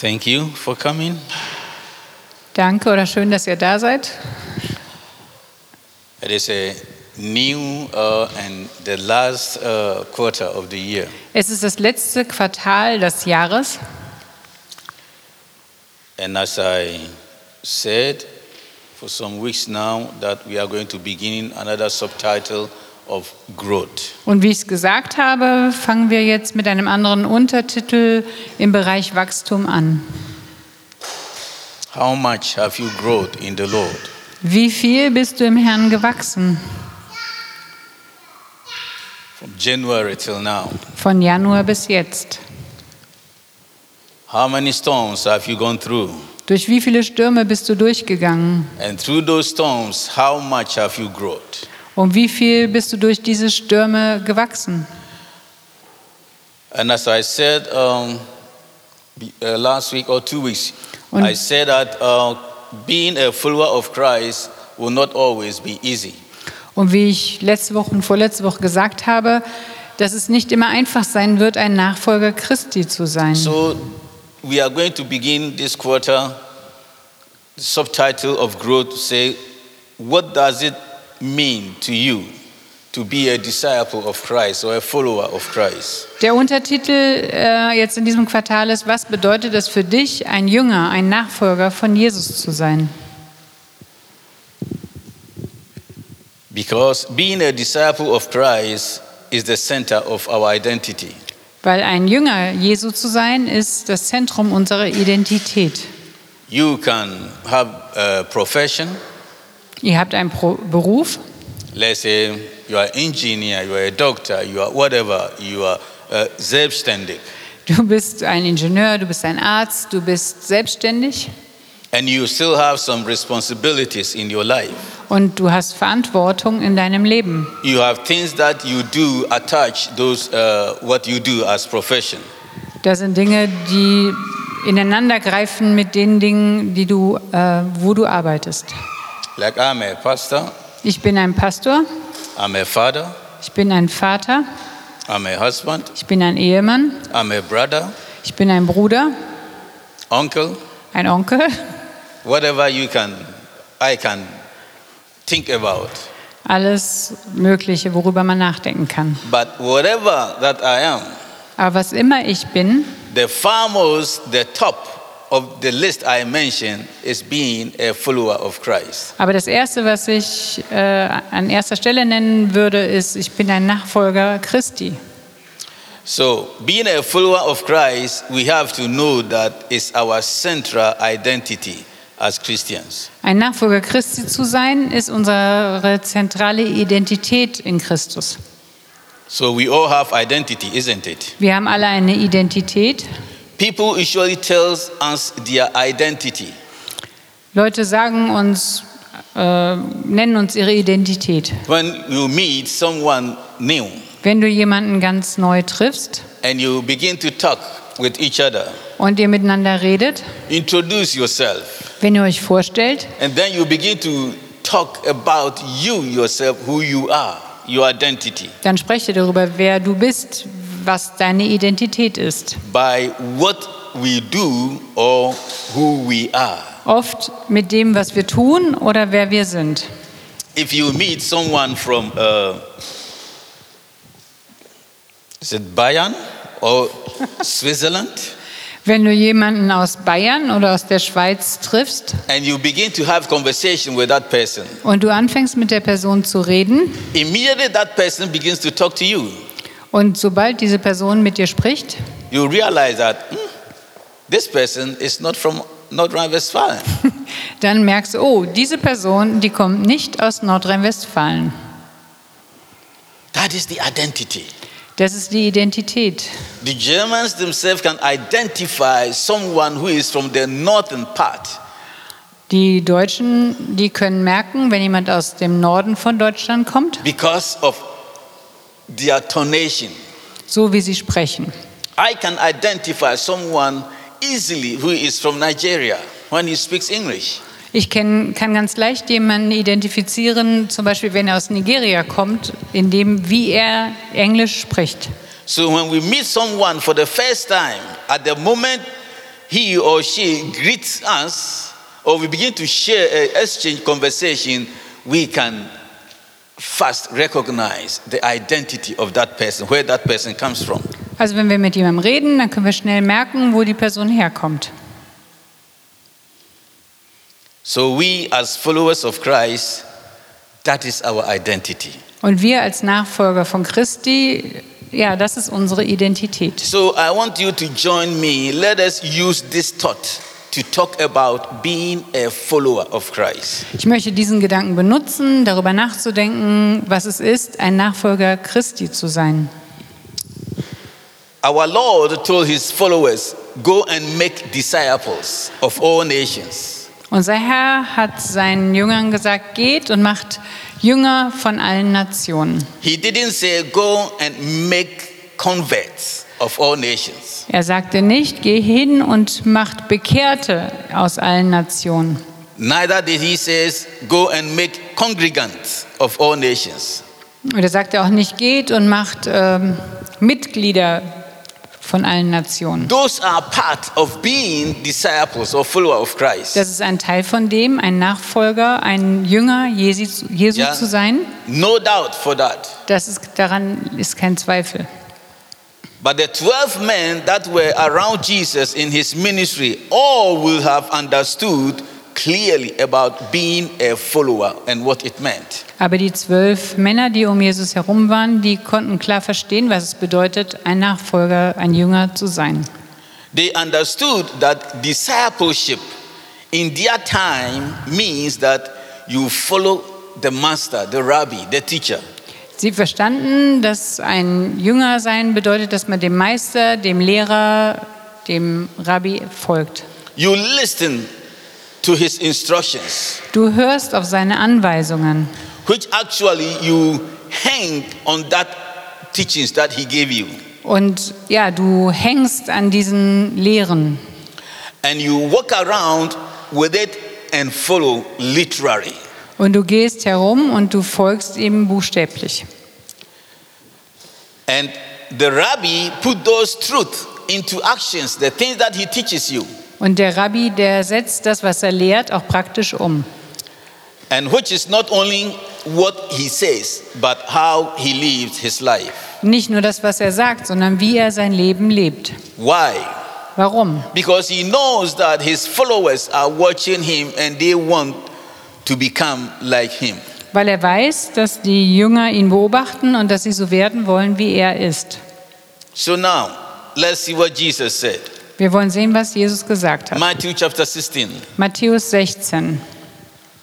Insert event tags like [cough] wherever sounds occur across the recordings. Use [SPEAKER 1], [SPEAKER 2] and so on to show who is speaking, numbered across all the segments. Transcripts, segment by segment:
[SPEAKER 1] Thank you for coming.
[SPEAKER 2] Danke oder schön, dass ihr da seid.
[SPEAKER 1] It is a new uh, and the last uh, quarter of the year.
[SPEAKER 2] Es ist das letzte Quartal des Jahres
[SPEAKER 1] And as I said for some weeks now, that we are going to begin another subtitle of growth.
[SPEAKER 2] und wie ich es gesagt habe, fangen wir jetzt mit einem anderen Untertitel im Bereich Wachstum an.
[SPEAKER 1] How much have you grown in the Lord?
[SPEAKER 2] Wie viel bist du im Herrn gewachsen
[SPEAKER 1] From January till now.
[SPEAKER 2] von Januar bis jetzt?
[SPEAKER 1] How many storms have you gone through?
[SPEAKER 2] Durch wie viele Stürme bist du durchgegangen?
[SPEAKER 1] And through those storms, how much have you grown?
[SPEAKER 2] Um wie viel bist du durch diese Stürme gewachsen?
[SPEAKER 1] And as I said um, be- uh, last week or two weeks,
[SPEAKER 2] Und-
[SPEAKER 1] I said that uh, being a follower of Christ will not always be easy.
[SPEAKER 2] Und wie ich letzte Woche und vorletzte Woche gesagt habe, dass es nicht immer einfach sein wird, ein Nachfolger Christi zu sein.
[SPEAKER 1] So we are going to begin this quarter. The subtitle of growth say, "What does it mean to you to be a disciple of Christ or a follower of Christ?"
[SPEAKER 2] Der Untertitel äh, jetzt in diesem Quartal ist, was bedeutet es für dich, ein Jünger, ein Nachfolger von Jesus zu sein?
[SPEAKER 1] Because being a disciple of Christ is the center of our identity.
[SPEAKER 2] Weil ein Jünger Jesu zu sein, ist das Zentrum unserer Identität.
[SPEAKER 1] You can have a profession.
[SPEAKER 2] Ihr habt einen Pro Beruf,
[SPEAKER 1] Let's say you are engineer, you are a doctor, you are whatever, you are uh, selbstständig,
[SPEAKER 2] du bist ein Ingenieur, du bist ein Arzt, du bist selbstständig
[SPEAKER 1] and you still have some responsibilities in your life.
[SPEAKER 2] und du hast Verantwortung in deinem Leben.
[SPEAKER 1] You have things that you do attach those uh, what you do as profession.
[SPEAKER 2] Das sind Dinge, die ineinander greifen mit den Dingen, die du, äh, wo du arbeitest.
[SPEAKER 1] Like I'm a pastor,
[SPEAKER 2] Ich bin ein Pastor,
[SPEAKER 1] I'm a father,
[SPEAKER 2] ich bin ein Vater,
[SPEAKER 1] I'm a husband,
[SPEAKER 2] ich bin ein Ehemann,
[SPEAKER 1] I'm a brother,
[SPEAKER 2] ich bin ein Bruder,
[SPEAKER 1] uncle,
[SPEAKER 2] ein Onkel.
[SPEAKER 1] whatever you can, I can think about.
[SPEAKER 2] Alles Mögliche, worüber man nachdenken kann.
[SPEAKER 1] But whatever that I am,
[SPEAKER 2] Aber was immer ich bin,
[SPEAKER 1] The foremost, the top of the list I mentioned is being a follower of Christ.
[SPEAKER 2] aber das Erste, was ich äh, an erster Stelle nennen würde, ist, ich bin ein Nachfolger Christi.
[SPEAKER 1] So, being a follower of Christ, we have to know that it's our central identity as Christians.
[SPEAKER 2] Ein Nachfolger Christi zu sein, ist unsere zentrale Identität in Christus.
[SPEAKER 1] So, we all have identity, isn't it?
[SPEAKER 2] Wir haben alle eine Identität.
[SPEAKER 1] People usually tell us their identity.
[SPEAKER 2] Leute sagen uns, äh, nennen uns ihre Identität.
[SPEAKER 1] When you meet someone new
[SPEAKER 2] Wenn du jemanden ganz neu triffst
[SPEAKER 1] and you begin to talk with each other,
[SPEAKER 2] und ihr miteinander redet,
[SPEAKER 1] introduce yourself,
[SPEAKER 2] wenn ihr euch vorstellt,
[SPEAKER 1] and then you begin to talk about you yourself, who you are, your identity.
[SPEAKER 2] dann sprecht ihr darüber, wer du bist, was deine Identität ist.
[SPEAKER 1] by what we do or who we are.
[SPEAKER 2] Oft mit dem, was wir tun oder wer wir sind.
[SPEAKER 1] If you meet someone from, uh, is it Bayern or Switzerland,
[SPEAKER 2] Wenn du jemanden aus Bayern oder aus der Schweiz triffst
[SPEAKER 1] and you begin to have conversation with that person,
[SPEAKER 2] und du anfängst mit der Person zu reden
[SPEAKER 1] immediately that person begins to talk to you.
[SPEAKER 2] und sobald diese Person mit dir spricht, [laughs]
[SPEAKER 1] You realize that "Hmm, this person is not from North Rhine-Westphalia.
[SPEAKER 2] dann merkst du, oh, diese Person, die kommt nicht aus Nordrhein-Westfalen.
[SPEAKER 1] That is the identity.
[SPEAKER 2] Das ist die Identität.
[SPEAKER 1] The Germans themselves can identify someone who is from the northern part.
[SPEAKER 2] Die Deutschen, die können merken, wenn jemand aus dem Norden von Deutschland kommt,
[SPEAKER 1] because of their tonation.
[SPEAKER 2] so wie sie sprechen.
[SPEAKER 1] I can identify someone easily who is from Nigeria when he speaks English.
[SPEAKER 2] Ich kenn, kann ganz leicht jemanden identifizieren, zum Beispiel wenn er aus Nigeria kommt, in dem, wie er Englisch spricht.
[SPEAKER 1] So when we meet someone for the first time, at the moment he or she greets us, or we begin to share an exchange conversation, we can first recognize the identity of that person, where that person comes from.
[SPEAKER 2] Also wenn wir mit jemandem reden, dann können wir schnell merken, wo die Person herkommt.
[SPEAKER 1] So, we as followers of Christ, that is our identity.
[SPEAKER 2] Und wir als Nachfolger von Christi, ja, das ist unsere Identität.
[SPEAKER 1] So, I want you to join me. Let us use this thought to talk about being a follower of Christ.
[SPEAKER 2] Ich möchte diesen Gedanken benutzen, darüber nachzudenken, was es ist, ein Nachfolger Christi zu sein.
[SPEAKER 1] Our Lord told his followers, Go and make disciples of all nations.
[SPEAKER 2] Unser Herr hat seinen Jüngern gesagt, geht und macht Jünger von allen Nationen.
[SPEAKER 1] He didn't say, Go and make converts of all nations.
[SPEAKER 2] Er sagte nicht, geh hin und macht Bekehrte aus allen Nationen.
[SPEAKER 1] Neither did he say, Go and make congregants of all nations.
[SPEAKER 2] Und er sagte auch nicht, geht und macht ähm, Mitglieder von allen Nationen.
[SPEAKER 1] Those are part of being disciples or follower of Christ.
[SPEAKER 2] Das ist ein Teil von dem, ein Nachfolger, ein Jünger Jesu, Jesu
[SPEAKER 1] Ja.
[SPEAKER 2] zu sein.
[SPEAKER 1] No doubt for that.
[SPEAKER 2] Das ist, daran ist kein Zweifel.
[SPEAKER 1] But the 12 men that were around Jesus in his ministry all will have understood clearly about being a follower and what it meant.
[SPEAKER 2] Aber die zwölf Männer, die um Jesus herum waren, die konnten klar verstehen, was es bedeutet, ein Nachfolger, ein Jünger zu sein.
[SPEAKER 1] They understood that discipleship in their time means that you follow the master, the rabbi, the teacher.
[SPEAKER 2] Sie verstanden, dass ein Jünger sein bedeutet, dass man dem Meister, dem Lehrer, dem Rabbi folgt.
[SPEAKER 1] You listen to his instructions,
[SPEAKER 2] Du hörst auf seine Anweisungen,
[SPEAKER 1] which actually you hang on that teachings that he gave you.
[SPEAKER 2] Und ja, du hängst an diesen Lehren
[SPEAKER 1] and you walk around with it and follow literally.
[SPEAKER 2] und du gehst herum und du folgst ihm buchstäblich.
[SPEAKER 1] And the rabbi put those truths into actions, the things that he teaches you,
[SPEAKER 2] Und der Rabbi, der setzt das, was er lehrt, auch praktisch um.
[SPEAKER 1] and which is not only what he says, but how he lives his life.
[SPEAKER 2] Nicht nur das, was er sagt, sondern wie er sein Leben lebt.
[SPEAKER 1] Why?
[SPEAKER 2] Warum?
[SPEAKER 1] Because he knows that his followers are watching him and they want to become like him.
[SPEAKER 2] Weil er weiß, dass die Jünger ihn beobachten und dass sie so werden wollen, wie er ist.
[SPEAKER 1] So now, let's see what Jesus said.
[SPEAKER 2] Wir wollen sehen, was Jesus gesagt hat.
[SPEAKER 1] Matthew chapter 16,
[SPEAKER 2] Matthäus 16,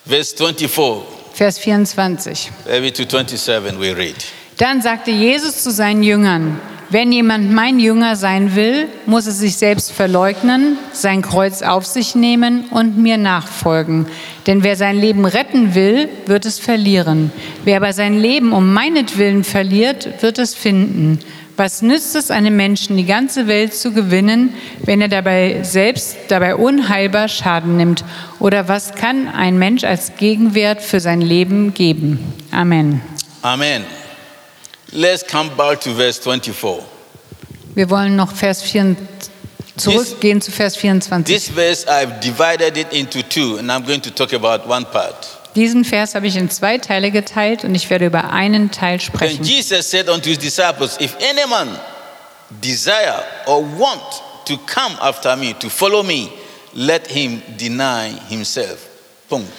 [SPEAKER 1] verse 24,
[SPEAKER 2] Vers 24.
[SPEAKER 1] maybe to 27, we read.
[SPEAKER 2] Dann sagte Jesus zu seinen Jüngern, wenn jemand mein Jünger sein will, muss er sich selbst verleugnen, sein Kreuz auf sich nehmen und mir nachfolgen. Denn wer sein Leben retten will, wird es verlieren. Wer aber sein Leben um meinetwillen verliert, wird es finden. Was nützt es einem Menschen, die ganze Welt zu gewinnen, wenn er dabei selbst dabei unheilbar Schaden nimmt? Oder was kann ein Mensch als Gegenwert für sein Leben geben? Amen.
[SPEAKER 1] Amen. Let's come back to verse 24.
[SPEAKER 2] Wir wollen noch Vers 4, zurückgehen zu Vers 24.
[SPEAKER 1] This verse I've divided it into two, and I'm going to talk about one part.
[SPEAKER 2] Diesen Vers habe ich in zwei Teile geteilt und ich werde über einen Teil
[SPEAKER 1] And
[SPEAKER 2] sprechen.
[SPEAKER 1] Jesus said unto his disciples, If any man desire or want to come after me, to follow me, let him deny himself. Punkt.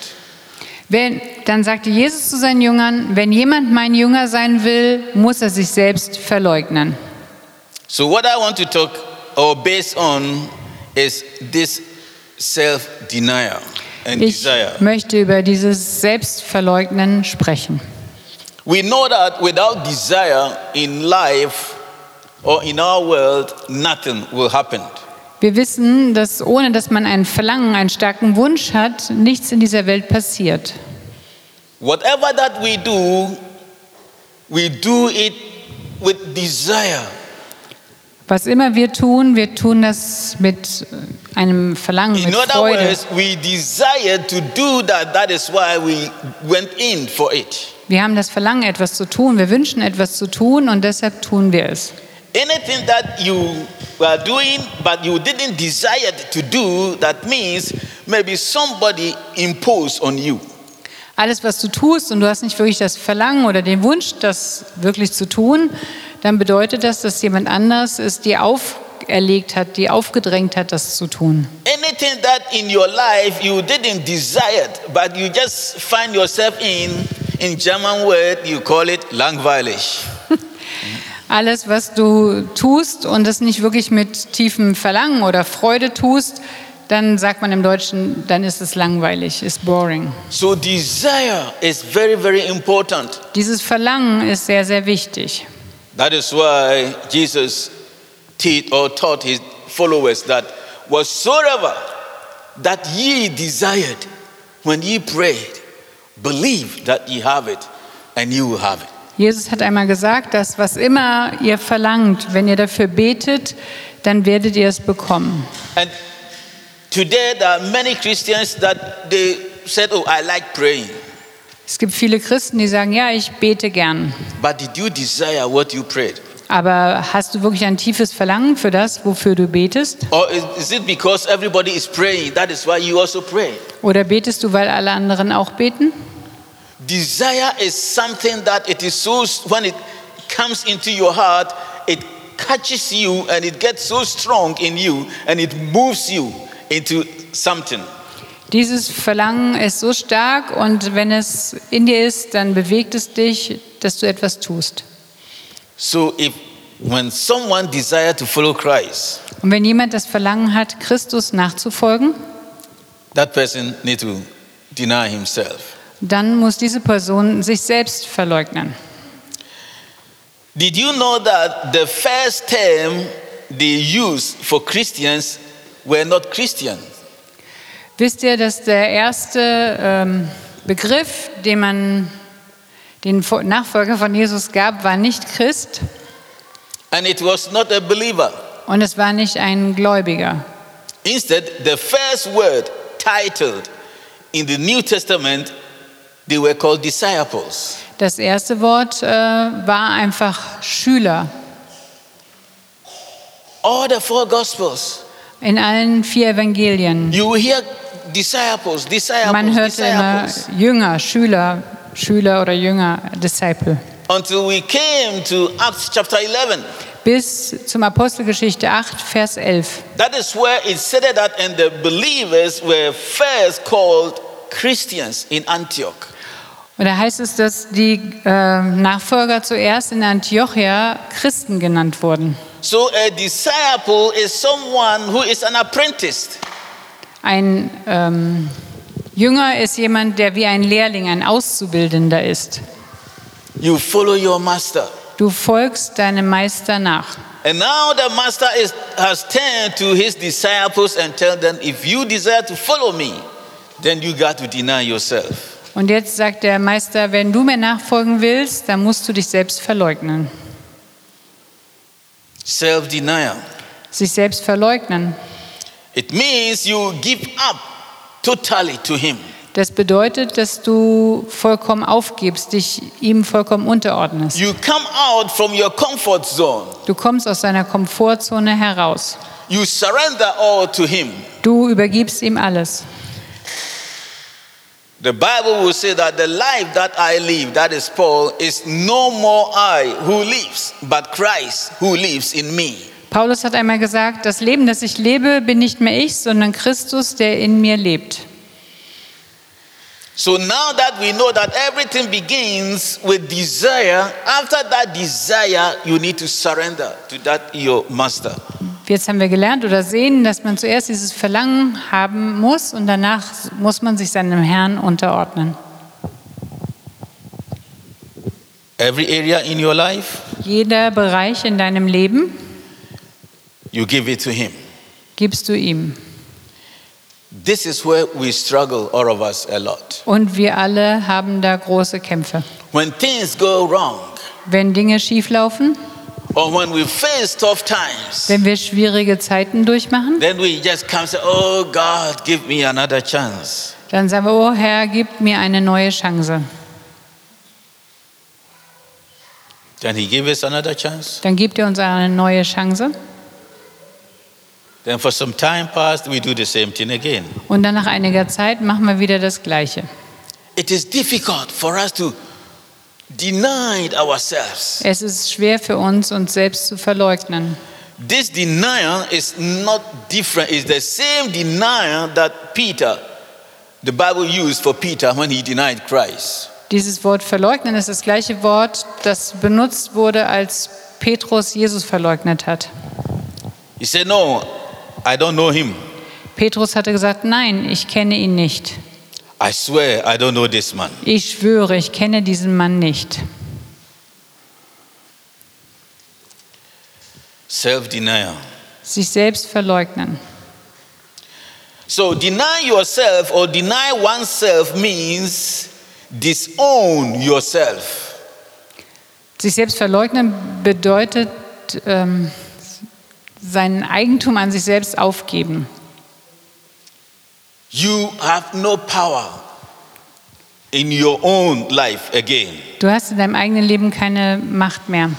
[SPEAKER 2] Wenn, dann sagte Jesus zu seinen Jüngern, wenn jemand mein Jünger sein will, muss er sich selbst verleugnen.
[SPEAKER 1] So what I want to talk or base on is this self-denial and
[SPEAKER 2] Ich
[SPEAKER 1] desire.
[SPEAKER 2] möchte über dieses Selbstverleugnen sprechen.
[SPEAKER 1] We know that without desire in life or in our world, nothing will happen.
[SPEAKER 2] Wir wissen, dass ohne dass man ein Verlangen, einen starken Wunsch hat, nichts in dieser Welt passiert.
[SPEAKER 1] Whatever that we do, we do it with desire.
[SPEAKER 2] Was immer wir tun, wir tun das mit einem Verlangen,
[SPEAKER 1] In
[SPEAKER 2] mit
[SPEAKER 1] other
[SPEAKER 2] Freude.
[SPEAKER 1] words, we desire to do that. That is why we went in for it.
[SPEAKER 2] Wir haben das Verlangen, etwas zu tun. Wir wünschen, etwas zu tun und deshalb tun wir es.
[SPEAKER 1] Anything that you were doing but you didn't desire to do, that means maybe somebody imposed on you.
[SPEAKER 2] Alles, was du tust und du hast nicht wirklich das Verlangen oder den Wunsch, das wirklich zu tun, dann bedeutet das, dass jemand anders es dir auferlegt hat, dir aufgedrängt hat, das zu tun.
[SPEAKER 1] Anything that in your life you didn't desire but you just find yourself in, in German word, you call it langweilig.
[SPEAKER 2] Alles, was du tust und es nicht wirklich mit tiefem Verlangen oder Freude tust, dann sagt man im Deutschen, dann ist es langweilig, ist boring.
[SPEAKER 1] So desire is very, very important.
[SPEAKER 2] Dieses Verlangen ist sehr, sehr wichtig.
[SPEAKER 1] That is why Jesus teach or taught his followers that whatsoever that ye desired when ye prayed, believe that ye have it and you will have it.
[SPEAKER 2] Jesus hat einmal gesagt, dass was immer ihr verlangt, wenn ihr dafür betet, dann werdet ihr es bekommen.
[SPEAKER 1] And today there are many Christians that they said, Oh, I like praying.
[SPEAKER 2] Es gibt viele Christen, die sagen, ja, ich bete gern.
[SPEAKER 1] But did you desire what you prayed?
[SPEAKER 2] Aber hast du wirklich ein tiefes Verlangen für das, wofür du betest?
[SPEAKER 1] Or is, is it because everybody is praying? That is why you also pray.
[SPEAKER 2] Oder betest du, weil alle anderen auch beten?
[SPEAKER 1] Desire is something that it is so when it comes into your heart, it catches you and it gets so strong in you and it moves you into something.
[SPEAKER 2] Dieses Verlangen ist so stark und wenn es in dir ist, dann bewegt es dich, dass du etwas tust.
[SPEAKER 1] So if when someone desire to follow Christ,
[SPEAKER 2] Und wenn jemand das Verlangen hat, Christus nachzufolgen,
[SPEAKER 1] that person need to deny himself.
[SPEAKER 2] dann muss diese Person sich selbst verleugnen.
[SPEAKER 1] Did you know that the first term they used for Christians were not Christian?
[SPEAKER 2] Wisst ihr, dass der erste ähm, Begriff, den man den Vo- Nachfolger von Jesus gab, war nicht Christ
[SPEAKER 1] And it was not a believer.
[SPEAKER 2] und es war nicht ein Gläubiger.
[SPEAKER 1] Instead, the first word titled in the New Testament, they were called disciples.
[SPEAKER 2] Das erste Wort äh, war einfach Schüler.
[SPEAKER 1] All the four gospels,
[SPEAKER 2] In allen vier Evangelien.
[SPEAKER 1] you will hear disciples, disciples,
[SPEAKER 2] Man hörte immer
[SPEAKER 1] disciples.
[SPEAKER 2] Jünger, Schüler, Schüler oder Jünger, Disciple.
[SPEAKER 1] Until we came to Acts chapter 11.
[SPEAKER 2] Bis zum Apostelgeschichte 8, Vers 11.
[SPEAKER 1] That is where it said that, and the believers were first called Christians in Antioch.
[SPEAKER 2] Und da heißt es, dass die äh, Nachfolger zuerst in Antiochia Christen genannt wurden.
[SPEAKER 1] So a disciple is someone who is an apprentice.
[SPEAKER 2] Ein ähm, Jünger ist jemand, der wie ein Lehrling, ein Auszubildender ist.
[SPEAKER 1] You follow your master.
[SPEAKER 2] Du folgst deinem Meister nach.
[SPEAKER 1] And now the master is, has turned to his disciples and tell them, if you desire to follow me, then you got to deny yourself.
[SPEAKER 2] Und jetzt sagt der Meister, wenn du mir nachfolgen willst, dann musst du dich selbst verleugnen.
[SPEAKER 1] Self denial.
[SPEAKER 2] Sich selbst verleugnen.
[SPEAKER 1] It means you give up totally to him.
[SPEAKER 2] Das bedeutet, dass du vollkommen aufgibst, dich ihm vollkommen unterordnest.
[SPEAKER 1] You come out from your comfort zone.
[SPEAKER 2] Du kommst aus deiner Komfortzone heraus.
[SPEAKER 1] You surrender all to him.
[SPEAKER 2] Du übergibst ihm alles.
[SPEAKER 1] The Bible will say that the life that I live, that is Paul, is no more I who lives, but Christ who lives in me.
[SPEAKER 2] Paulus hat einmal gesagt, das Leben, das ich lebe, bin nicht mehr ich, sondern Christus, der in mir lebt.
[SPEAKER 1] So now that we know that everything begins with desire, after that desire, you need to surrender to that your master.
[SPEAKER 2] Jetzt haben wir gelernt oder sehen, dass man zuerst dieses Verlangen haben muss und danach muss man sich seinem Herrn unterordnen.
[SPEAKER 1] Every area in your life,
[SPEAKER 2] Jeder Bereich in deinem Leben
[SPEAKER 1] you give it to him.
[SPEAKER 2] gibst du ihm.
[SPEAKER 1] This is where we struggle, all of us, a lot.
[SPEAKER 2] Und wir alle haben da große Kämpfe.
[SPEAKER 1] When things go wrong,
[SPEAKER 2] Wenn Dinge schieflaufen,
[SPEAKER 1] or when we face tough times,
[SPEAKER 2] wenn wir schwierige Zeiten durchmachen,
[SPEAKER 1] Then we just come say, Oh God, give me another chance.
[SPEAKER 2] dann sagen wir, oh Herr, gib mir eine neue Chance.
[SPEAKER 1] Then he gave us another chance.
[SPEAKER 2] Dann gibt er uns eine neue Chance.
[SPEAKER 1] Then for some time past, we do the same thing again.
[SPEAKER 2] Und dann nach einiger Zeit machen wir wieder das Gleiche.
[SPEAKER 1] It is difficult for us to deny ourselves.
[SPEAKER 2] Es ist schwer für uns, uns selbst zu verleugnen.
[SPEAKER 1] This denial is not different. It's the same denial that Peter, the Bible used for Peter when he denied Christ.
[SPEAKER 2] Dieses Wort verleugnen ist das gleiche Wort, das benutzt wurde, als Petrus Jesus verleugnet hat.
[SPEAKER 1] He said, No, I don't know him.
[SPEAKER 2] Petrus hatte gesagt, nein, ich kenne ihn nicht.
[SPEAKER 1] I swear I don't know this man.
[SPEAKER 2] Ich schwöre, ich kenne diesen Mann nicht.
[SPEAKER 1] Self denial.
[SPEAKER 2] Sich selbst verleugnen.
[SPEAKER 1] So deny yourself or deny oneself means disown yourself.
[SPEAKER 2] Sich selbst verleugnen bedeutet ähm, sein Eigentum an sich selbst aufgeben.
[SPEAKER 1] You have no power in your own life again.
[SPEAKER 2] Du hast in deinem eigenen Leben keine Macht mehr.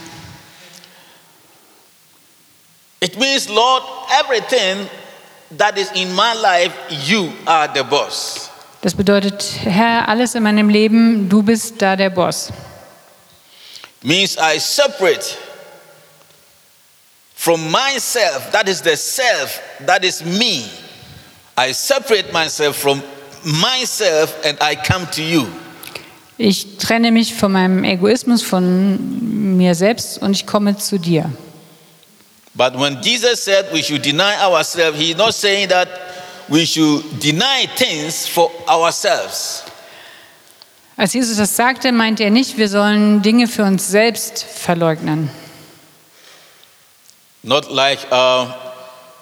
[SPEAKER 1] It means, Lord, everything that is in my life, you are the boss.
[SPEAKER 2] Das bedeutet, Herr, alles in meinem Leben, du bist da der Boss.
[SPEAKER 1] means I separate from myself, that is the self, that is me. I separate myself from myself and I come to you.
[SPEAKER 2] Ich trenne mich von meinem Egoismus, von mir selbst und ich komme zu dir.
[SPEAKER 1] But when Jesus said we should deny ourselves, he's not saying that we should deny things for ourselves.
[SPEAKER 2] Als Jesus das sagte, meinte er nicht, wir sollen Dinge für uns selbst verleugnen.
[SPEAKER 1] Not like uh,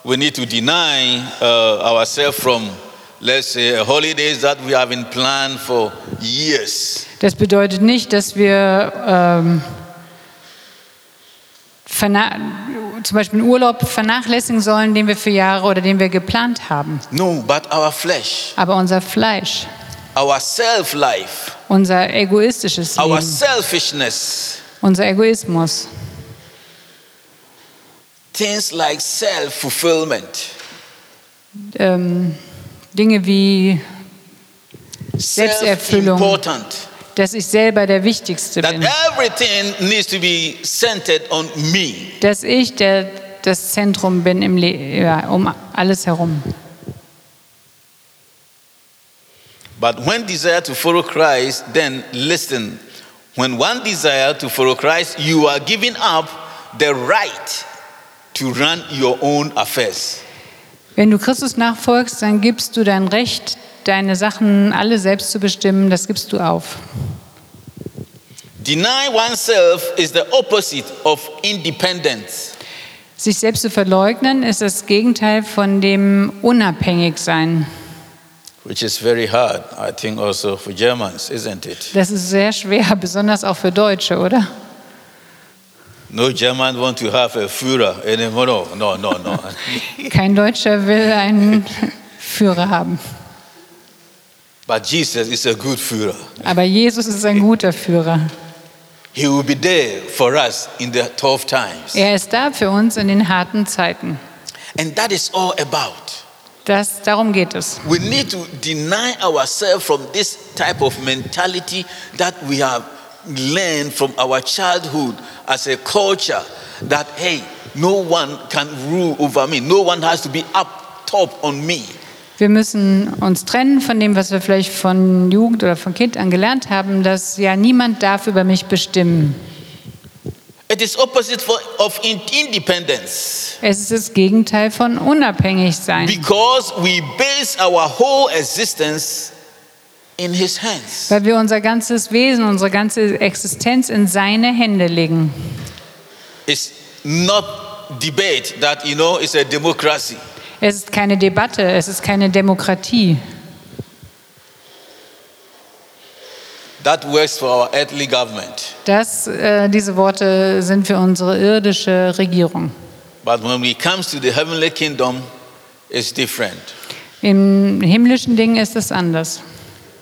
[SPEAKER 1] we need to deny uh, ourselves from, let's say, holidays that we have been planned for years.
[SPEAKER 2] Das bedeutet nicht, dass wir ähm, verna- zum Beispiel einen Urlaub vernachlässigen sollen, den wir für Jahre oder den wir geplant haben.
[SPEAKER 1] No, but our flesh,
[SPEAKER 2] Aber unser Fleisch,
[SPEAKER 1] our self life,
[SPEAKER 2] unser egoistisches
[SPEAKER 1] our
[SPEAKER 2] Leben,
[SPEAKER 1] selfishness,
[SPEAKER 2] unser Egoismus,
[SPEAKER 1] things like self fulfillment,
[SPEAKER 2] ähm, Dinge wie,
[SPEAKER 1] self
[SPEAKER 2] Selbsterfüllung.
[SPEAKER 1] important,
[SPEAKER 2] dass ich selber der Wichtigste
[SPEAKER 1] that
[SPEAKER 2] bin,
[SPEAKER 1] everything needs to be centered on me.
[SPEAKER 2] dass ich der, das Zentrum bin im Le ja, um alles herum.
[SPEAKER 1] But when desire to follow Christ, then listen, when one desire to follow Christ, you are giving up the right to run your own affairs.
[SPEAKER 2] Wenn du Christus nachfolgst, dann gibst du dein Recht, deine Sachen alle selbst zu bestimmen, das gibst du auf.
[SPEAKER 1] Deny oneself is the opposite of independence.
[SPEAKER 2] Sich selbst zu verleugnen ist das Gegenteil von dem Unabhängigsein.
[SPEAKER 1] Which is very hard, I think, also for Germans, isn't it?
[SPEAKER 2] Das ist sehr schwer, [laughs] besonders auch für Deutsche, oder?
[SPEAKER 1] No German want to have a Führer anymore. No, no, no, no. [laughs]
[SPEAKER 2] Kein Deutscher will einen [laughs] Führer haben.
[SPEAKER 1] but Jesus is a good Führer.
[SPEAKER 2] Aber Jesus ist ein guter Führer.
[SPEAKER 1] He will be there for us in the tough times.
[SPEAKER 2] Er ist da für uns in den harten Zeiten.
[SPEAKER 1] And that is all about.
[SPEAKER 2] Das, darum geht es.
[SPEAKER 1] We need to deny ourselves from this type of mentality that we have learned from our childhood as a culture that, hey, no one can rule over me, no one has to be up top on me.
[SPEAKER 2] Wir müssen uns trennen von dem, was wir vielleicht von Jugend oder von Kind an gelernt haben, dass ja niemand darf über mich bestimmen.
[SPEAKER 1] It is opposite for, of in- independence.
[SPEAKER 2] Es ist das Gegenteil von unabhängig sein,
[SPEAKER 1] Because we base our whole existence in His hands.
[SPEAKER 2] weil wir unser ganzes Wesen, unsere ganze Existenz in seine Hände legen.
[SPEAKER 1] It's not debate that, you know, it's a democracy.
[SPEAKER 2] Es ist keine Debatte, es ist keine Demokratie.
[SPEAKER 1] That works for our earthly government.
[SPEAKER 2] Das, äh, diese Worte sind für unsere irdische Regierung.
[SPEAKER 1] But when it comes to the heavenly kingdom, it's different.
[SPEAKER 2] Im himmlischen Ding ist es anders.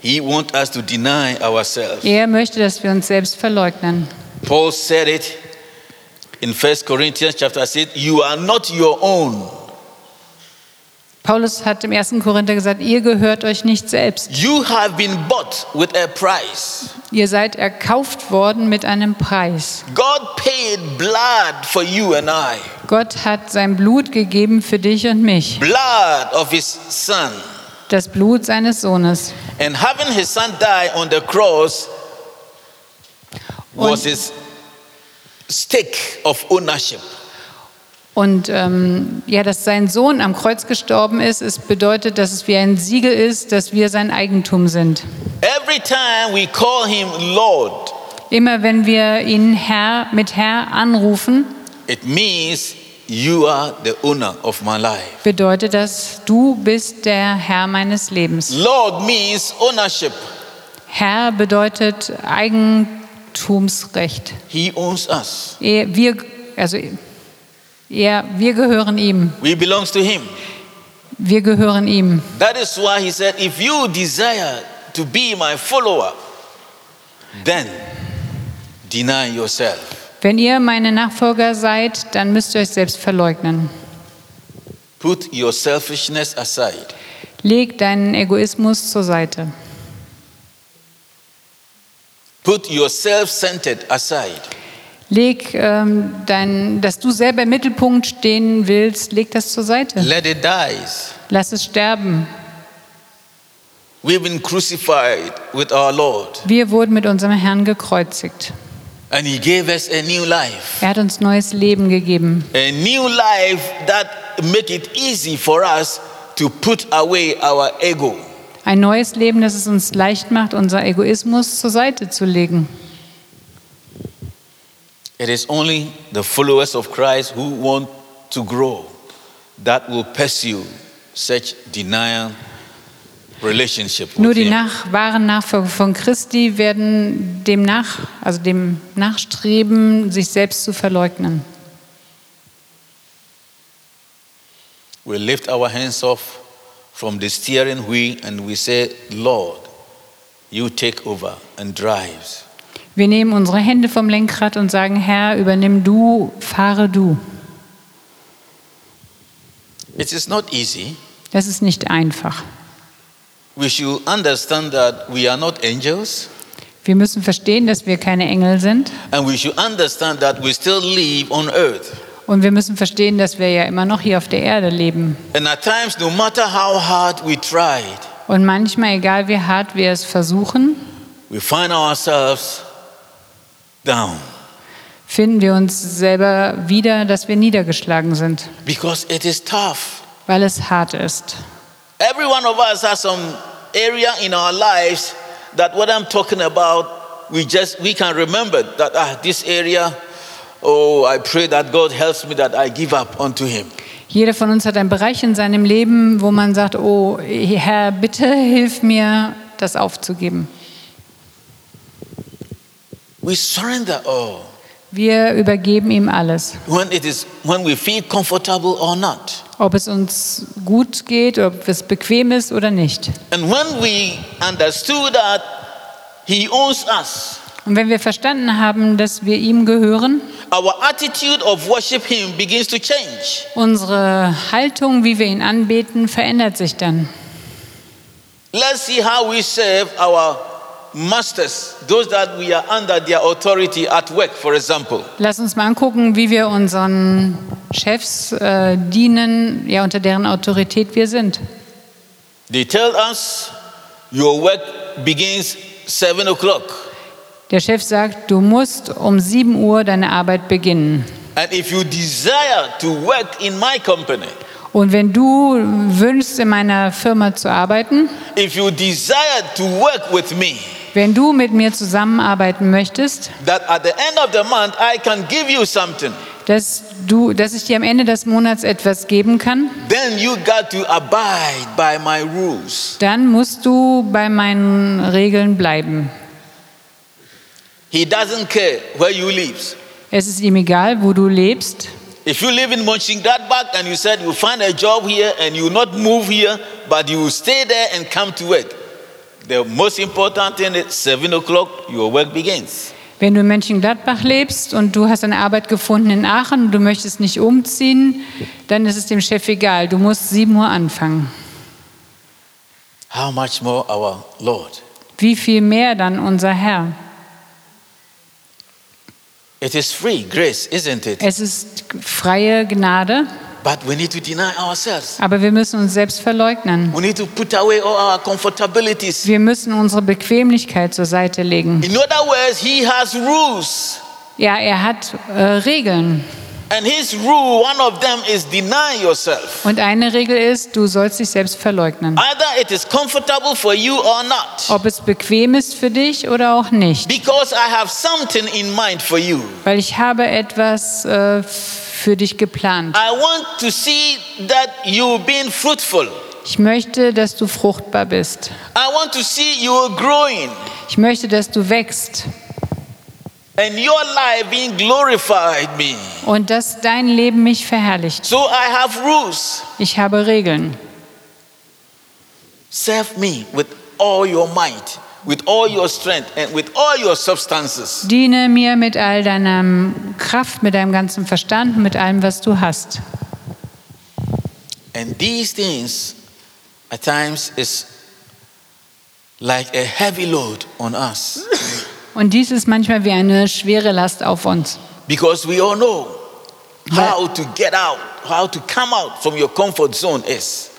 [SPEAKER 1] He wants us to deny ourselves.
[SPEAKER 2] Er möchte, dass wir uns selbst verleugnen.
[SPEAKER 1] Paul said it in 1 Corinthians chapter 6, you are not your own.
[SPEAKER 2] Paulus hat im 1. Korinther gesagt, ihr gehört euch nicht selbst.
[SPEAKER 1] You have been bought with a price.
[SPEAKER 2] Ihr seid erkauft worden mit einem Preis.
[SPEAKER 1] God paid blood for you and I.
[SPEAKER 2] Gott hat sein Blut gegeben für dich und mich,
[SPEAKER 1] Blood of his son.
[SPEAKER 2] das Blut seines Sohnes.
[SPEAKER 1] And having his son die on the cross was his stake of ownership.
[SPEAKER 2] Und ähm, ja, dass sein Sohn am Kreuz gestorben ist, es bedeutet, dass es wie ein Siegel ist, dass wir sein Eigentum sind.
[SPEAKER 1] Every time we call him Lord,
[SPEAKER 2] Immer wenn wir ihn Herr mit Herr anrufen,
[SPEAKER 1] it means you are the owner of my life.
[SPEAKER 2] bedeutet das, du bist der Herr meines Lebens.
[SPEAKER 1] Lord means ownership.
[SPEAKER 2] Herr bedeutet Eigentumsrecht.
[SPEAKER 1] He owns us.
[SPEAKER 2] Er- Wir, also, er, wir gehören ihm.
[SPEAKER 1] We belongs to him.
[SPEAKER 2] Wir gehören ihm.
[SPEAKER 1] That is why he said, if you desire to be my follower, then deny yourself.
[SPEAKER 2] Wenn ihr meine Nachfolger seid, dann müsst ihr euch selbst verleugnen.
[SPEAKER 1] Put your selfishness aside.
[SPEAKER 2] Leg deinen Egoismus zur Seite.
[SPEAKER 1] Put your self centered aside.
[SPEAKER 2] Leg ähm, dein, dass du selber im Mittelpunkt stehen willst, leg das zur Seite.
[SPEAKER 1] Let it die.
[SPEAKER 2] Lass es sterben.
[SPEAKER 1] We've been crucified with our Lord,
[SPEAKER 2] Wir wurden mit unserem Herrn gekreuzigt.
[SPEAKER 1] and he gave us a new life.
[SPEAKER 2] Er hat uns neues Leben gegeben.
[SPEAKER 1] A new life that make it easy for us to put away our ego.
[SPEAKER 2] Ein neues Leben, das es uns leicht macht, unser Egoismus zur Seite zu legen.
[SPEAKER 1] It is only the followers of Christ who want to grow that will pursue such denial relationship.
[SPEAKER 2] Nur
[SPEAKER 1] With
[SPEAKER 2] die
[SPEAKER 1] him.
[SPEAKER 2] nach, wahren Nachfolger von Christi werden dem, nach, also dem Nachstreben, sich selbst zu verleugnen.
[SPEAKER 1] We lift our hands off from the steering wheel and we say, Lord, you take over and drives.
[SPEAKER 2] Wir nehmen unsere Hände vom Lenkrad und sagen, Herr, übernimm du, fahre du.
[SPEAKER 1] It is not easy.
[SPEAKER 2] Das ist nicht einfach.
[SPEAKER 1] We should understand that we are not angels
[SPEAKER 2] Wir müssen verstehen, dass wir keine Engel sind
[SPEAKER 1] and we should understand that we still live on earth.
[SPEAKER 2] und wir müssen verstehen, dass wir ja immer noch hier auf der Erde leben.
[SPEAKER 1] And at times, no matter how hard we tried,
[SPEAKER 2] Und manchmal, egal wie hart wir es versuchen,
[SPEAKER 1] we find ourselves down
[SPEAKER 2] finden wir uns selber wieder, dass wir niedergeschlagen sind,
[SPEAKER 1] because it is tough.
[SPEAKER 2] weil es hart ist.
[SPEAKER 1] Every one of us has some area in our lives that what I'm talking about, we just we can remember that ah, this area. Oh, I pray that God helps me that I give up unto Him.
[SPEAKER 2] Jeder von uns hat einen Bereich in seinem Leben, wo man sagt, oh Herr, bitte hilf mir, das aufzugeben.
[SPEAKER 1] We surrender all
[SPEAKER 2] Wir übergeben ihm alles,
[SPEAKER 1] when it is when we feel comfortable or not.
[SPEAKER 2] ob es uns gut geht, ob es bequem ist oder nicht.
[SPEAKER 1] And when we understood that He owns us,
[SPEAKER 2] Und wenn wir verstanden haben, dass wir ihm gehören,
[SPEAKER 1] our attitude of worship him begins to change
[SPEAKER 2] unsere Haltung, wie wir ihn anbeten, verändert sich dann.
[SPEAKER 1] let's see how we serve our masters those that we are under their authority at work for example
[SPEAKER 2] Lass uns mal angucken, wie wir unseren Chefs äh, dienen, ja, unter deren Autorität wir sind.
[SPEAKER 1] they tell us your work begins 7 o'clock
[SPEAKER 2] Der Chef sagt, du musst um 7 Uhr deine Arbeit beginnen.
[SPEAKER 1] and if you desire to work in my company
[SPEAKER 2] Und wenn du wünschst, in meiner Firma zu arbeiten,
[SPEAKER 1] if you desire to work with me
[SPEAKER 2] wenn du mit mir zusammenarbeiten möchtest,
[SPEAKER 1] that at the end of the month i can give you something
[SPEAKER 2] dass, du, dass ich dir am Ende des Monats etwas geben kann,
[SPEAKER 1] then you got to abide by my rules
[SPEAKER 2] dann musst du bei meinen Regeln bleiben.
[SPEAKER 1] he doesn't care where you live
[SPEAKER 2] Es ist ihm egal, wo du lebst.
[SPEAKER 1] If you live in Mönchengladbach and you said you find a job here and you not move here, but you will stay there and come to work, the most important thing is seven o'clock your work begins.
[SPEAKER 2] Wenn du in Mönchengladbach lebst und du hast eine Arbeit gefunden in Aachen und du möchtest nicht umziehen, dann ist es dem Chef egal. Du musst 7 Uhr anfangen.
[SPEAKER 1] How much more our Lord?
[SPEAKER 2] Wie viel mehr dann unser Herr?
[SPEAKER 1] It is free grace, isn't it?
[SPEAKER 2] Es ist freie Gnade,
[SPEAKER 1] But we need to deny ourselves.
[SPEAKER 2] aber wir müssen uns selbst verleugnen.
[SPEAKER 1] We need to put away all our comfortabilities.
[SPEAKER 2] Wir müssen unsere Bequemlichkeit zur Seite legen.
[SPEAKER 1] In other words, He has rules.
[SPEAKER 2] Ja, er hat äh, Regeln.
[SPEAKER 1] And His rule, one of them is deny yourself.
[SPEAKER 2] Und eine Regel ist, du sollst dich selbst verleugnen.
[SPEAKER 1] Either it is comfortable for you or not.
[SPEAKER 2] Ob es bequem ist für dich oder auch nicht.
[SPEAKER 1] Because I have something in mind for you.
[SPEAKER 2] Weil ich habe etwas äh, für dich geplant.
[SPEAKER 1] I want to see that you've been fruitful.
[SPEAKER 2] Ich möchte, dass du fruchtbar bist.
[SPEAKER 1] I want to see you growing
[SPEAKER 2] Ich möchte, dass du wächst
[SPEAKER 1] and your life being glorified me.
[SPEAKER 2] und dass dein Leben mich verherrlicht.
[SPEAKER 1] So I have rules.
[SPEAKER 2] Ich habe Regeln.
[SPEAKER 1] Serve me with all your might, with all your strength, and with all your substances.
[SPEAKER 2] Diene mir mit all deiner Kraft, mit deinem ganzen Verstand, mit allem, was du hast.
[SPEAKER 1] And these things, at times, is like a heavy load on us.
[SPEAKER 2] Und dies ist manchmal wie eine schwere Last auf uns.
[SPEAKER 1] Because we all know how to get out, how to come out from your comfort zone is.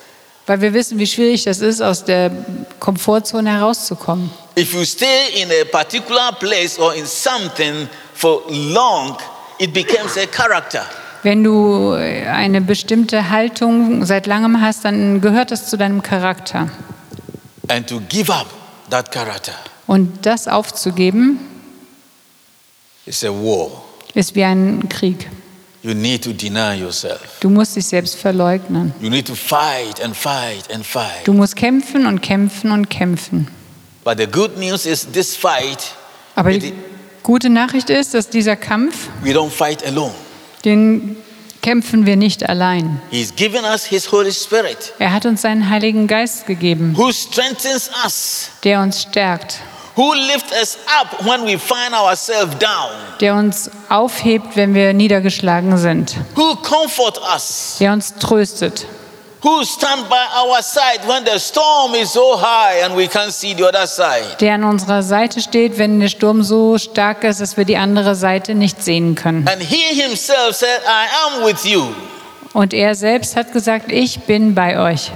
[SPEAKER 2] Weil wir wissen, wie schwierig das ist, aus der Komfortzone herauszukommen.
[SPEAKER 1] If you stay in a particular place or in something for long, it becomes a character.
[SPEAKER 2] Wenn du eine bestimmte Haltung seit langem hast, dann gehört das zu deinem Charakter.
[SPEAKER 1] And to give up that character
[SPEAKER 2] Und das aufzugeben,
[SPEAKER 1] is a war.
[SPEAKER 2] ist wie ein Krieg.
[SPEAKER 1] You need to deny yourself.
[SPEAKER 2] Du musst dich selbst verleugnen.
[SPEAKER 1] You need to fight and fight and fight.
[SPEAKER 2] Du musst kämpfen und kämpfen und kämpfen.
[SPEAKER 1] But the good news is this fight,
[SPEAKER 2] Aber
[SPEAKER 1] Bitte.
[SPEAKER 2] die gute Nachricht ist, dass dieser Kampf,
[SPEAKER 1] we don't fight alone.
[SPEAKER 2] den kämpfen wir nicht allein.
[SPEAKER 1] He's given us His Holy Spirit,
[SPEAKER 2] Er hat uns seinen Heiligen Geist gegeben,
[SPEAKER 1] who strengthens us,
[SPEAKER 2] der uns stärkt,
[SPEAKER 1] who lifts us up when we find ourselves down,
[SPEAKER 2] der uns aufhebt, wenn wir niedergeschlagen sind,
[SPEAKER 1] who comforts us,
[SPEAKER 2] der uns tröstet,
[SPEAKER 1] who stands by our side when the storm is so high and we can't see the other side.
[SPEAKER 2] der an unserer Seite steht, wenn der Sturm so stark ist, dass wir die andere Seite nicht sehen können.
[SPEAKER 1] And He Himself said, I am with you.
[SPEAKER 2] Und er selbst hat gesagt, ich bin bei euch.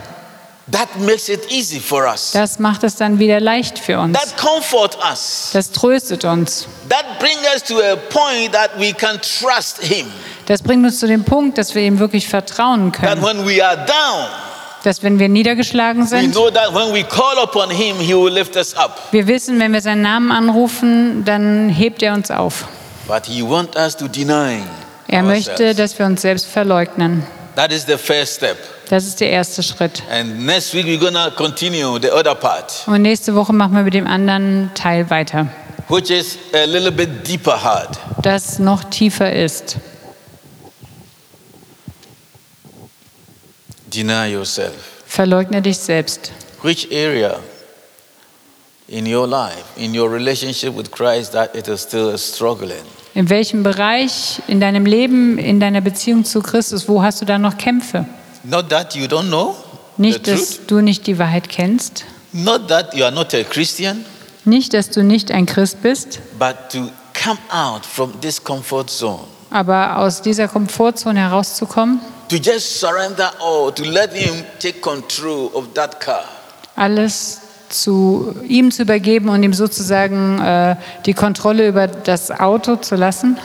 [SPEAKER 1] That makes it easy for us.
[SPEAKER 2] Das macht es dann wieder leicht für uns.
[SPEAKER 1] That comforts us.
[SPEAKER 2] Das tröstet uns.
[SPEAKER 1] That brings us to a point that we can trust Him.
[SPEAKER 2] Das bringt uns zu dem Punkt, dass wir ihm wirklich vertrauen
[SPEAKER 1] That
[SPEAKER 2] können.
[SPEAKER 1] when we are down,
[SPEAKER 2] Dass wenn wir niedergeschlagen
[SPEAKER 1] we
[SPEAKER 2] sind,
[SPEAKER 1] know that when we call upon Him, He will lift us up.
[SPEAKER 2] wir wissen, wenn wir seinen Namen anrufen, dann hebt er uns auf.
[SPEAKER 1] But He wants us to deny.
[SPEAKER 2] Er möchte,
[SPEAKER 1] ourselves.
[SPEAKER 2] dass wir uns selbst verleugnen.
[SPEAKER 1] That is the first step.
[SPEAKER 2] Das ist der erste Schritt.
[SPEAKER 1] And next week we're gonna continue the other part,
[SPEAKER 2] Und nächste Woche machen wir mit dem anderen Teil weiter,
[SPEAKER 1] which is a little bit deeper hard.
[SPEAKER 2] das noch tiefer ist.
[SPEAKER 1] Deny yourself.
[SPEAKER 2] Verleugne dich selbst.
[SPEAKER 1] Which area in your life, in your relationship with Christ, that it is still struggling?
[SPEAKER 2] In welchem Bereich in deinem Leben, in deiner Beziehung zu Christus, wo hast du da noch Kämpfe?
[SPEAKER 1] Not that you don't know the
[SPEAKER 2] Nicht,
[SPEAKER 1] truth.
[SPEAKER 2] dass du nicht die Wahrheit kennst,
[SPEAKER 1] Not that you are not a Christian.
[SPEAKER 2] nicht, dass du nicht ein Christ bist,
[SPEAKER 1] but to come out from this comfort zone,
[SPEAKER 2] aber aus dieser Komfortzone herauszukommen,
[SPEAKER 1] to just surrender all, to let Him take control of that car.
[SPEAKER 2] alles zu ihm zu übergeben und ihm sozusagen äh, die Kontrolle über das Auto zu lassen,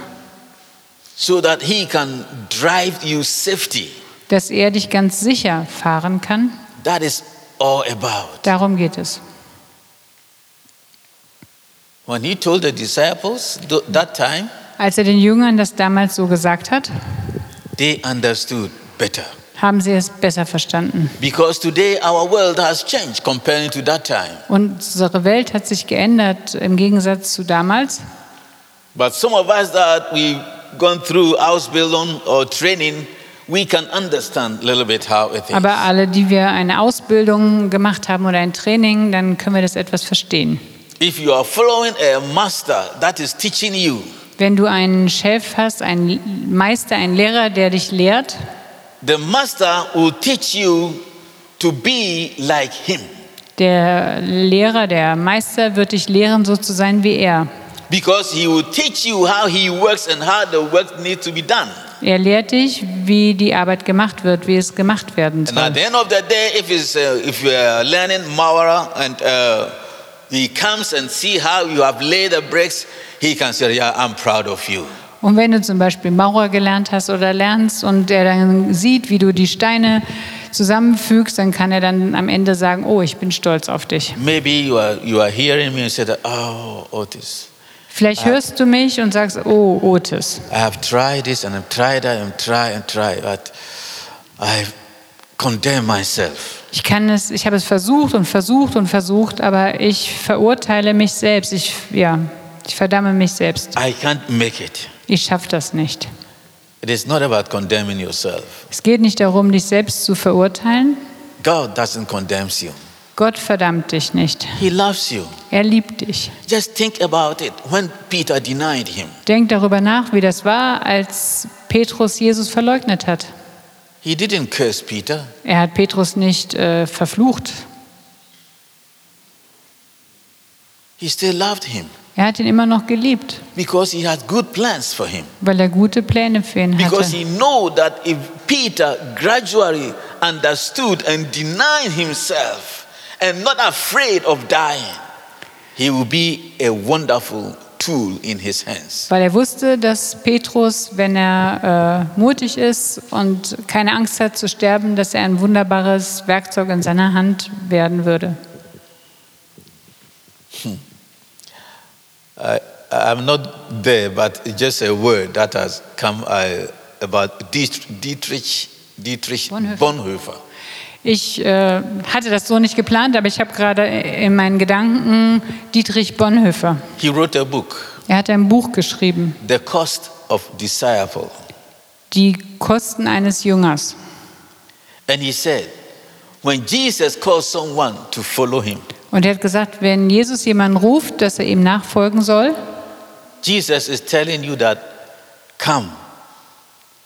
[SPEAKER 1] So that he can drive you safety.
[SPEAKER 2] dass er dich ganz sicher fahren kann.
[SPEAKER 1] That is all about.
[SPEAKER 2] Darum geht es.
[SPEAKER 1] When he told the disciples th- that time,
[SPEAKER 2] Als er den Jüngern das damals so gesagt hat,
[SPEAKER 1] they understood better.
[SPEAKER 2] haben sie es besser verstanden.
[SPEAKER 1] Because today our world has changed compared to that time.
[SPEAKER 2] Unsere Welt hat sich geändert im Gegensatz zu damals.
[SPEAKER 1] But some of us that we've gone through house building or training, we can understand a little bit how it is.
[SPEAKER 2] Aber alle, die wir eine Ausbildung gemacht haben oder ein Training, dann können wir das etwas verstehen.
[SPEAKER 1] If you are following a master that is teaching you,
[SPEAKER 2] Wenn du einen Chef hast, einen Meister, einen Lehrer, der dich lehrt,
[SPEAKER 1] the master will teach you to be like him
[SPEAKER 2] der Lehrer, der Meister wird dich lehren, so zu sein wie er.
[SPEAKER 1] because he will teach you how he works and how the work needs to be done.
[SPEAKER 2] Er lehrt dich, wie die Arbeit gemacht wird, wie es gemacht werden
[SPEAKER 1] And at
[SPEAKER 2] soll.
[SPEAKER 1] the end of the day, if, it's, uh, if you are learning Mawara and uh, he comes and see how you have laid the bricks, he can say, yeah, I'm proud of you.
[SPEAKER 2] Und wenn du zum Beispiel Maurer gelernt hast oder lernst und er dann sieht, wie du die Steine zusammenfügst, dann kann er dann am Ende sagen, oh, ich bin stolz auf dich.
[SPEAKER 1] Maybe you are, you are hearing me and say, that, oh, Otis,
[SPEAKER 2] Vielleicht hörst du mich und sagst, oh, Otis,
[SPEAKER 1] I have tried this and I've tried that and tried and tried, but I condemn myself.
[SPEAKER 2] ich kann es, ich habe es versucht und versucht und versucht, aber ich verurteile mich selbst. Ich, ja, ich verdamme mich selbst.
[SPEAKER 1] I can't make it.
[SPEAKER 2] Ich schaffe das nicht.
[SPEAKER 1] It is not about condemning yourself.
[SPEAKER 2] Es geht nicht darum, dich selbst zu verurteilen.
[SPEAKER 1] God doesn't condemn you.
[SPEAKER 2] Gott verdammt dich nicht.
[SPEAKER 1] He loves you.
[SPEAKER 2] Er liebt dich.
[SPEAKER 1] Just think about it when Peter denied him.
[SPEAKER 2] Denk darüber nach, wie das war, als Petrus Jesus verleugnet hat.
[SPEAKER 1] He didn't curse Peter.
[SPEAKER 2] Er hat Petrus nicht äh, verflucht.
[SPEAKER 1] He still loved him
[SPEAKER 2] Er hat ihn immer noch geliebt,
[SPEAKER 1] because he had good plans for him.
[SPEAKER 2] weil er gute Pläne für ihn
[SPEAKER 1] Because
[SPEAKER 2] hatte.
[SPEAKER 1] he knew that if Peter gradually understood and denied himself and not afraid of dying, he will be a wonderful tool in his hands.
[SPEAKER 2] Weil er wusste, dass Petrus, wenn er äh, mutig ist und keine Angst hat zu sterben, dass er ein wunderbares Werkzeug in seiner Hand werden würde.
[SPEAKER 1] I, I'm not there, but it's just a word that has come uh, about Dietrich, Dietrich, Dietrich
[SPEAKER 2] Bonhoeffer.
[SPEAKER 1] Bonhoeffer.
[SPEAKER 2] Ich äh, hatte das so nicht geplant, aber ich habe gerade in meinen Gedanken Dietrich Bonhoeffer.
[SPEAKER 1] He wrote a book,
[SPEAKER 2] Er hat ein Buch geschrieben,
[SPEAKER 1] The Cost of Disciple.
[SPEAKER 2] Die Kosten eines Jüngers.
[SPEAKER 1] And he said, when Jesus calls someone to follow him,
[SPEAKER 2] Und er hat gesagt, wenn Jesus jemanden ruft, dass er ihm nachfolgen soll,
[SPEAKER 1] Jesus is telling you that, come,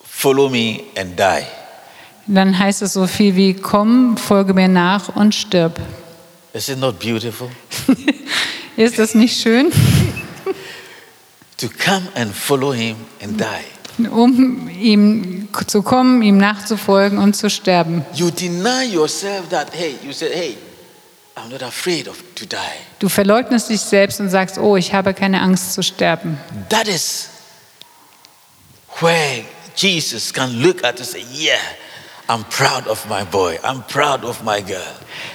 [SPEAKER 1] follow me and die.
[SPEAKER 2] dann heißt es so viel wie, komm, folge mir nach und stirb. [laughs]
[SPEAKER 1] Is it not beautiful?
[SPEAKER 2] Ist das nicht schön,
[SPEAKER 1] To come and follow him and die.
[SPEAKER 2] um ihm zu kommen, ihm nachzufolgen und zu sterben?
[SPEAKER 1] You deny yourself that, hey, you said, hey, I'm not afraid of to die.
[SPEAKER 2] Du verleugnest dich selbst und sagst, oh, ich habe keine Angst zu sterben.
[SPEAKER 1] That is where Jesus can look at and say, yeah, I'm proud of my boy. I'm proud of my girl.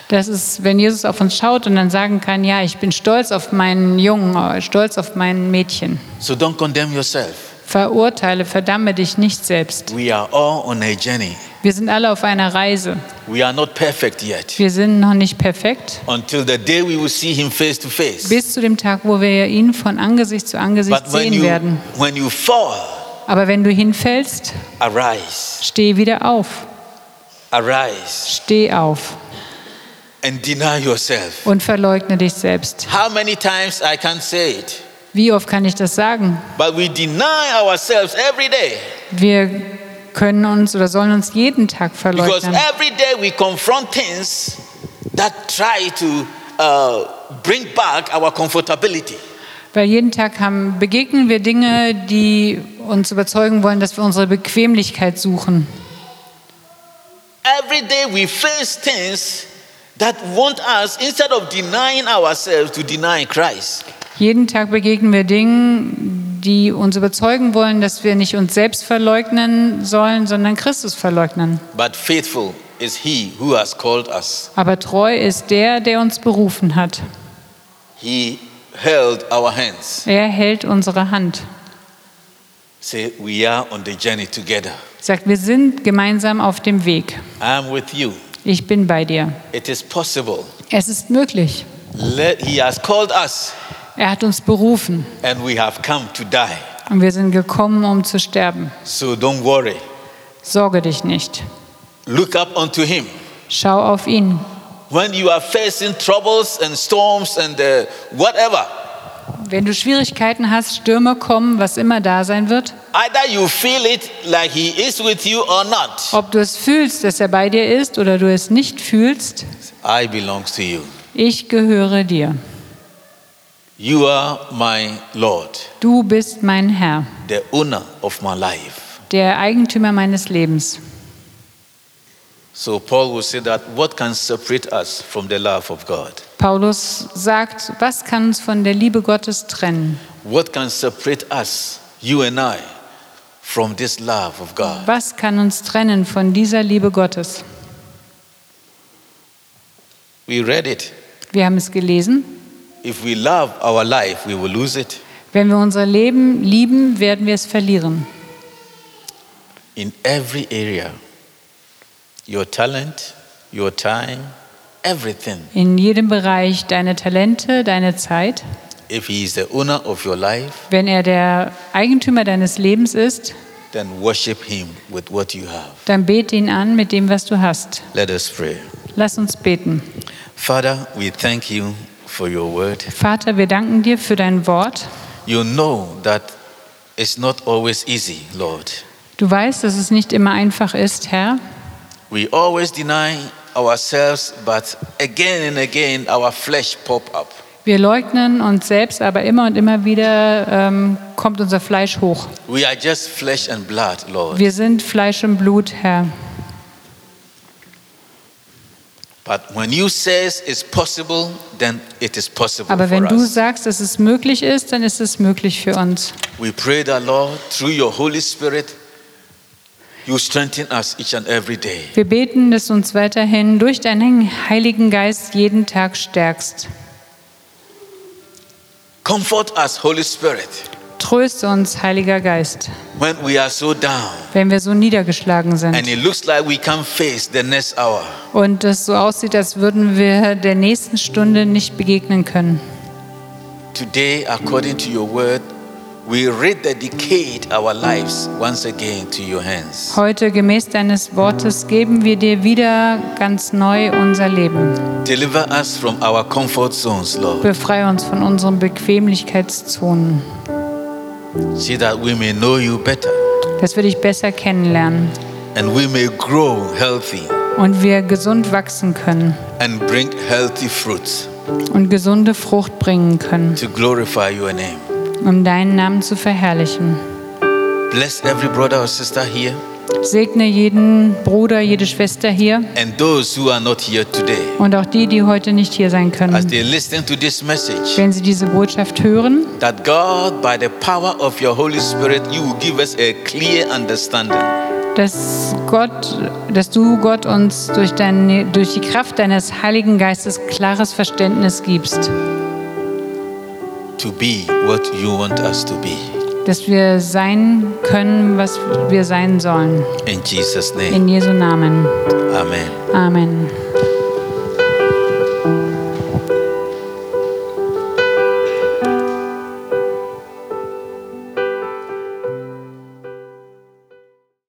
[SPEAKER 2] Das ist, wenn Jesus auf uns schaut und dann sagen kann, ja, ich bin stolz auf meinen Jungen, stolz auf mein Mädchen.
[SPEAKER 1] So don't condemn yourself.
[SPEAKER 2] Verurteile, verdamme dich nicht selbst.
[SPEAKER 1] We are all on a journey.
[SPEAKER 2] Wir sind alle auf einer Reise.
[SPEAKER 1] We are not perfect yet.
[SPEAKER 2] Wir sind noch nicht perfekt.
[SPEAKER 1] Until the day we will see him face to face.
[SPEAKER 2] Bis zu dem Tag, wo wir ihn von Angesicht zu Angesicht
[SPEAKER 1] But when
[SPEAKER 2] sehen
[SPEAKER 1] you,
[SPEAKER 2] werden.
[SPEAKER 1] when you fall,
[SPEAKER 2] Aber wenn du hinfällst,
[SPEAKER 1] arise,
[SPEAKER 2] steh wieder auf.
[SPEAKER 1] arise,
[SPEAKER 2] Steh auf
[SPEAKER 1] and deny yourself.
[SPEAKER 2] und verleugne dich selbst.
[SPEAKER 1] How many times I can say it,
[SPEAKER 2] Wie oft kann ich das sagen?
[SPEAKER 1] but we deny ourselves every day
[SPEAKER 2] Wir können uns oder sollen uns jeden Tag
[SPEAKER 1] because
[SPEAKER 2] verleugnen.
[SPEAKER 1] every day we confront things that try to uh, bring back our comfortability.
[SPEAKER 2] Weil jeden Tag haben, begegnen wir Dinge, die uns überzeugen wollen, dass wir unsere Bequemlichkeit suchen.
[SPEAKER 1] Every day we face things that want us, instead of denying ourselves, to deny Christ.
[SPEAKER 2] Jeden Tag begegnen wir Dingen, die uns überzeugen wollen, dass wir nicht uns selbst verleugnen sollen, sondern Christus verleugnen.
[SPEAKER 1] But faithful is he who has called us.
[SPEAKER 2] Aber treu ist der, der uns berufen hat.
[SPEAKER 1] He held our hands.
[SPEAKER 2] Er hält unsere Hand.
[SPEAKER 1] Say, we are on the journey together.
[SPEAKER 2] Sagt, wir sind gemeinsam auf dem Weg.
[SPEAKER 1] I am with you.
[SPEAKER 2] Ich bin bei dir.
[SPEAKER 1] It is possible.
[SPEAKER 2] Es ist möglich.
[SPEAKER 1] Let, he has called us
[SPEAKER 2] Er hat uns berufen
[SPEAKER 1] and we have come to die.
[SPEAKER 2] und wir sind gekommen, um zu sterben.
[SPEAKER 1] So don't worry.
[SPEAKER 2] Sorge dich nicht.
[SPEAKER 1] Look up unto him
[SPEAKER 2] Schau auf ihn.
[SPEAKER 1] When you are facing troubles and storms and uh, whatever,
[SPEAKER 2] Wenn du Schwierigkeiten hast, Stürme kommen, was immer da sein wird,
[SPEAKER 1] either you feel it like He is with you or not,
[SPEAKER 2] ob du es fühlst, dass er bei dir ist oder du es nicht fühlst,
[SPEAKER 1] I belongs to you.
[SPEAKER 2] ich gehöre dir.
[SPEAKER 1] You are my Lord,
[SPEAKER 2] Du bist mein Herr,
[SPEAKER 1] the owner of my life.
[SPEAKER 2] der Eigentümer meines Lebens.
[SPEAKER 1] So Paul will say that what can separate us from the love of God?
[SPEAKER 2] Paulus sagt, was kann uns von der Liebe Gottes trennen?
[SPEAKER 1] What can separate us, you and I, from this love of God?
[SPEAKER 2] Was kann uns trennen von dieser Liebe Gottes?
[SPEAKER 1] We read it.
[SPEAKER 2] Wir haben es gelesen.
[SPEAKER 1] If we love our life, we will lose it.
[SPEAKER 2] Wenn wir unser Leben lieben, werden wir es verlieren.
[SPEAKER 1] In every area your talent, your time, everything.
[SPEAKER 2] In jedem Bereich deine Talente, deine Zeit.
[SPEAKER 1] If He is the owner of your life,
[SPEAKER 2] Wenn er der Eigentümer deines Lebens ist,
[SPEAKER 1] then worship Him with what you have.
[SPEAKER 2] dann bete ihn an mit dem, was du hast.
[SPEAKER 1] Let us pray.
[SPEAKER 2] Lass uns beten.
[SPEAKER 1] Father, we thank you for your word.
[SPEAKER 2] Vater, wir danken dir für dein Wort.
[SPEAKER 1] You know that it's not always easy, Lord.
[SPEAKER 2] Du weißt, dass es nicht immer einfach ist, Herr.
[SPEAKER 1] We always deny ourselves, but again and again our flesh pop up.
[SPEAKER 2] Wir leugnen uns selbst, aber immer und immer wieder ähm, kommt unser Fleisch hoch.
[SPEAKER 1] We are just flesh and blood, Lord.
[SPEAKER 2] Wir sind Fleisch und Blut, Herr.
[SPEAKER 1] But when you says it's possible, then it is possible
[SPEAKER 2] Aber wenn
[SPEAKER 1] for
[SPEAKER 2] du
[SPEAKER 1] us.
[SPEAKER 2] sagst, dass es möglich ist, dann ist es möglich für uns.
[SPEAKER 1] We pray that, Lord, through your Holy Spirit, you strengthen us each and every day.
[SPEAKER 2] Wir beten, dass du uns weiterhin durch deinen Heiligen Geist jeden Tag stärkst.
[SPEAKER 1] Comfort us, Holy Spirit,
[SPEAKER 2] Tröste uns, Heiliger Geist,
[SPEAKER 1] when we are so down
[SPEAKER 2] wenn wir so niedergeschlagen
[SPEAKER 1] and
[SPEAKER 2] sind
[SPEAKER 1] it looks like we can't face the next hour.
[SPEAKER 2] und es so aussieht, als würden wir der nächsten Stunde nicht begegnen können.
[SPEAKER 1] Today, according to your word, we rededicate our lives once again to your hands.
[SPEAKER 2] Heute, gemäß deines Wortes, geben wir dir wieder ganz neu unser Leben.
[SPEAKER 1] Deliver us from our comfort zones, Lord,
[SPEAKER 2] Befreie uns von unseren Bequemlichkeitszonen,
[SPEAKER 1] so that we may know you better
[SPEAKER 2] dass wir dich besser kennenlernen
[SPEAKER 1] and we may grow healthy
[SPEAKER 2] und wir gesund wachsen können
[SPEAKER 1] and bring healthy fruits
[SPEAKER 2] und gesunde Frucht bringen können,
[SPEAKER 1] to glorify your name.
[SPEAKER 2] um deinen Namen zu verherrlichen.
[SPEAKER 1] Bless every brother or sister here
[SPEAKER 2] Segne jeden Bruder, jede Schwester hier
[SPEAKER 1] and those who are not here today.
[SPEAKER 2] und auch die, die heute nicht hier sein
[SPEAKER 1] As
[SPEAKER 2] können,
[SPEAKER 1] they listen to this message,
[SPEAKER 2] wenn sie diese Botschaft hören,
[SPEAKER 1] that God, by the power of your Holy Spirit, you will give us a clear understanding
[SPEAKER 2] dass Gott, dass du Gott uns durch, deine, durch die Kraft deines Heiligen Geistes klares Verständnis gibst,
[SPEAKER 1] to be what you want us to be.
[SPEAKER 2] dass wir sein können, was wir sein sollen.
[SPEAKER 1] In Jesus' name,
[SPEAKER 2] In Jesu Namen.
[SPEAKER 1] Amen.
[SPEAKER 2] Amen.